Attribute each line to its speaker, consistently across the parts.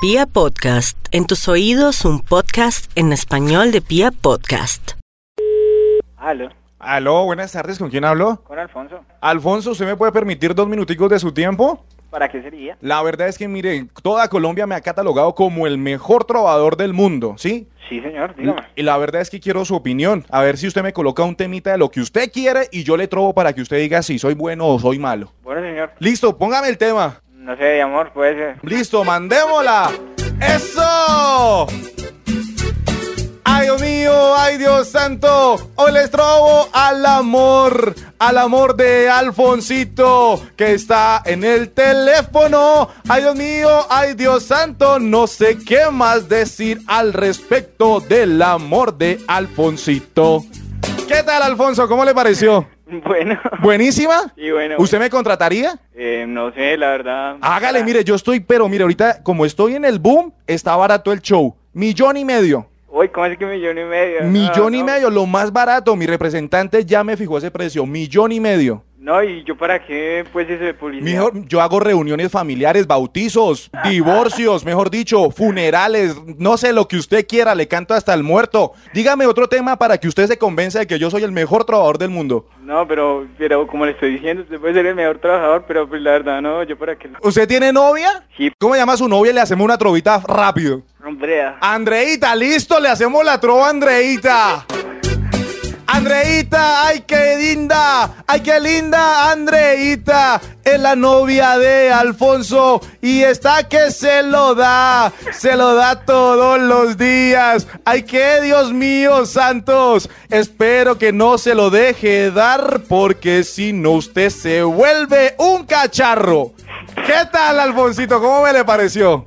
Speaker 1: Pia Podcast, en tus oídos un podcast en español de Pia Podcast.
Speaker 2: Aló,
Speaker 3: Aló, buenas tardes, ¿con quién hablo?
Speaker 2: con Alfonso.
Speaker 3: Alfonso, ¿usted me puede permitir dos minuticos de su tiempo?
Speaker 2: ¿Para qué sería?
Speaker 3: La verdad es que, mire, toda Colombia me ha catalogado como el mejor trovador del mundo, ¿sí?
Speaker 2: Sí, señor, dígame.
Speaker 3: Y la verdad es que quiero su opinión, a ver si usted me coloca un temita de lo que usted quiere y yo le trobo para que usted diga si soy bueno o soy malo.
Speaker 2: Bueno, señor,
Speaker 3: Listo, póngame el tema.
Speaker 2: no sé de amor, puede ser.
Speaker 3: Listo, mandémosla. ¡Eso! ¡Ay, Dios mío! ¡Ay, Dios santo! Hoy les trobo al amor, al amor de Alfonsito, que está en el teléfono. ¡Ay, Dios mío! ¡Ay, Dios santo! No sé qué más decir al respecto del amor de Alfonsito. ¿Qué tal, Alfonso? ¿Cómo le pareció?
Speaker 2: Bueno,
Speaker 3: ¿Buenísima?
Speaker 2: Sí, bueno,
Speaker 3: ¿Usted me contrataría?
Speaker 2: eh, no sé, la verdad.
Speaker 3: Hágale, mire, yo estoy, pero mire, ahorita como estoy en el boom, está barato el show. Millón y medio.
Speaker 2: Uy, ¿cómo es que millón y medio? No,
Speaker 3: Millón y
Speaker 2: no.
Speaker 3: medio, lo más barato. Mi representante ya me fijó ese precio. Millón y medio.
Speaker 2: No, ¿y yo para qué, pues, eso de publicidad?
Speaker 3: Mejor, yo hago reuniones familiares, bautizos, divorcios, mejor dicho, funerales, no sé lo que usted quiera, le canto hasta el muerto. Dígame otro tema para que usted se convenza de que yo soy el mejor trabajador del mundo.
Speaker 2: No, pero, pero como le estoy diciendo, usted puede ser el mejor trabajador, pero pues la verdad, no, yo para qué.
Speaker 3: ¿Usted tiene novia?
Speaker 2: Sí.
Speaker 3: ¿Cómo llama a su novia? Le hacemos una trovita rápido.
Speaker 2: Hombre,
Speaker 3: Ah. Andreita, listo, le hacemos la trova a Andreita. Andreita, ay qué linda, ay qué linda Andreita, es la novia de Alfonso y está que se lo da, se lo da todos los días. Ay qué Dios mío, santos, espero que no se lo deje dar porque si no usted se vuelve un cacharro. ¿Qué tal, Alfoncito? ¿Cómo me le pareció?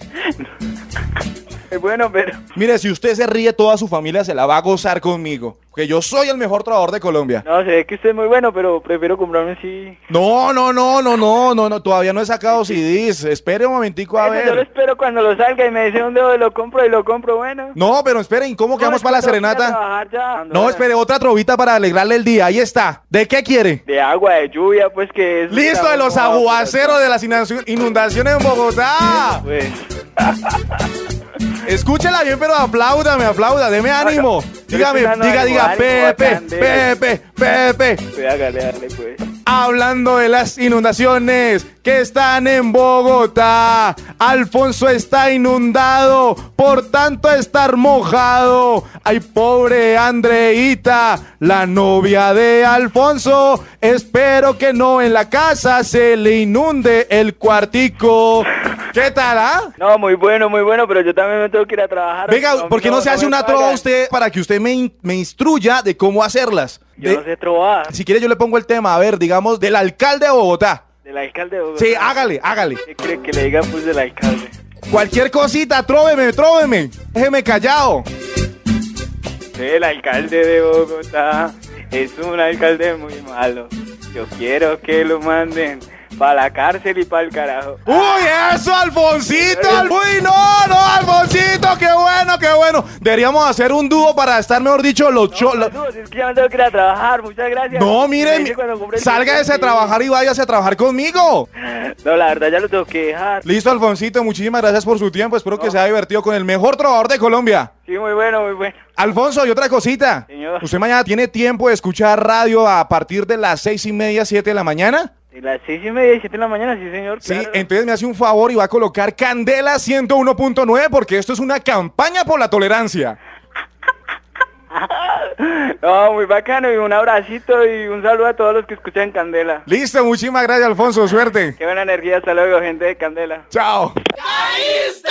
Speaker 2: es bueno, pero...
Speaker 3: Mire, si usted se ríe, toda su familia se la va a gozar conmigo. Que yo soy el mejor trabajador de Colombia.
Speaker 2: No, sé que usted es muy bueno, pero prefiero comprarme si...
Speaker 3: No, no, no, no, no, no, no, todavía no he sacado CDs. Espere un momentico a
Speaker 2: Eso Yo lo
Speaker 3: ver.
Speaker 2: espero cuando lo salga y me dice dónde voy, lo compro y lo compro, bueno.
Speaker 3: No, pero esperen, ¿cómo quedamos
Speaker 2: es
Speaker 3: para la
Speaker 2: que tengo que ir a
Speaker 3: serenata?
Speaker 2: trabajar ya.
Speaker 3: No, espere, otra trovita para alegrarle el día. Ahí está. ¿De qué quiere?
Speaker 2: De agua, de lluvia, pues que es... pues,
Speaker 3: Listo, de los aguaceros de las inundaci- inundaciones en Bogotá.
Speaker 2: Pues,
Speaker 3: Escúchela bien, pero apláudame, aplauda, deme ánimo.
Speaker 2: yo
Speaker 3: Dígame,
Speaker 2: estoy dando
Speaker 3: diga,
Speaker 2: ánimo,
Speaker 3: diga,
Speaker 2: ánimo,
Speaker 3: Pepe,
Speaker 2: bacán, de-
Speaker 3: Pepe, Pepe.
Speaker 2: pues hágale, hágale, pues.
Speaker 3: Hablando de las inundaciones que están en Bogotá, Alfonso está inundado, por tanto estar mojado. Ay, pobre Andreita, la novia de Alfonso, espero que no en la casa se le inunde el cuartico. ¿Qué tal, ah?
Speaker 2: No, muy bueno, muy bueno, pero yo también me tengo que ir a trabajar.
Speaker 3: Venga, ¿por qué no se hace
Speaker 2: me
Speaker 3: una trova
Speaker 2: pagan.
Speaker 3: usted para que usted me, in- me instruya de cómo hacerlas?
Speaker 2: Yo
Speaker 3: De-
Speaker 2: no sé trobar.
Speaker 3: Si quiere yo le pongo el tema, a ver, digamos, del alcalde de Bogotá.
Speaker 2: Del alcalde. de Bogotá.
Speaker 3: Sí, hágale, hágale.
Speaker 2: ¿Qué cree que le diga, pues, del alcalde?
Speaker 3: Cualquier cosita, tróveme, tróveme. Déjeme callado.
Speaker 2: El alcalde de Bogotá es un alcalde muy malo. Yo quiero que lo manden para la cárcel y para el carajo.
Speaker 3: ¡Uy, eh, eso, Alfoncito!
Speaker 2: Eh.
Speaker 3: Al- ¡Uy, no, no, Alfoncito! ¡Qué bueno, qué bueno! Deberíamos hacer un dúo para estar, mejor dicho, los
Speaker 2: No,
Speaker 3: cholos.
Speaker 2: no, es que ya me tengo que ir a trabajar, muchas gracias.
Speaker 3: No,
Speaker 2: Me
Speaker 3: mire,
Speaker 2: dice cuando
Speaker 3: mi-
Speaker 2: compre el
Speaker 3: salga
Speaker 2: ticket,
Speaker 3: ese a
Speaker 2: sí.
Speaker 3: trabajar y váyase a trabajar conmigo.
Speaker 2: No, la verdad ya lo tengo que dejar.
Speaker 3: Listo, Alfoncito, muchísimas gracias por su tiempo. Espero que se haya divertido con el mejor trovador de Colombia.
Speaker 2: Sí, muy bueno, muy bueno.
Speaker 3: Alfonso, y otra cosita.
Speaker 2: Señor.
Speaker 3: ¿Usted mañana tiene tiempo de escuchar radio a partir de las seis y media, siete de la mañana?
Speaker 2: De las seis y media y siete de la mañana, sí, señor.
Speaker 3: Sí,
Speaker 2: claro.
Speaker 3: entonces me hace un favor y va a colocar Candela 101.9 porque esto es una campaña por la tolerancia.
Speaker 2: No, muy bacano y un abracito y un saludo a todos los que escuchan Candela.
Speaker 3: Listo, muchísimas gracias Alfonso, suerte.
Speaker 2: Qué buena energía, hasta luego, gente de Candela.
Speaker 3: Chao.
Speaker 4: ¡Caíste!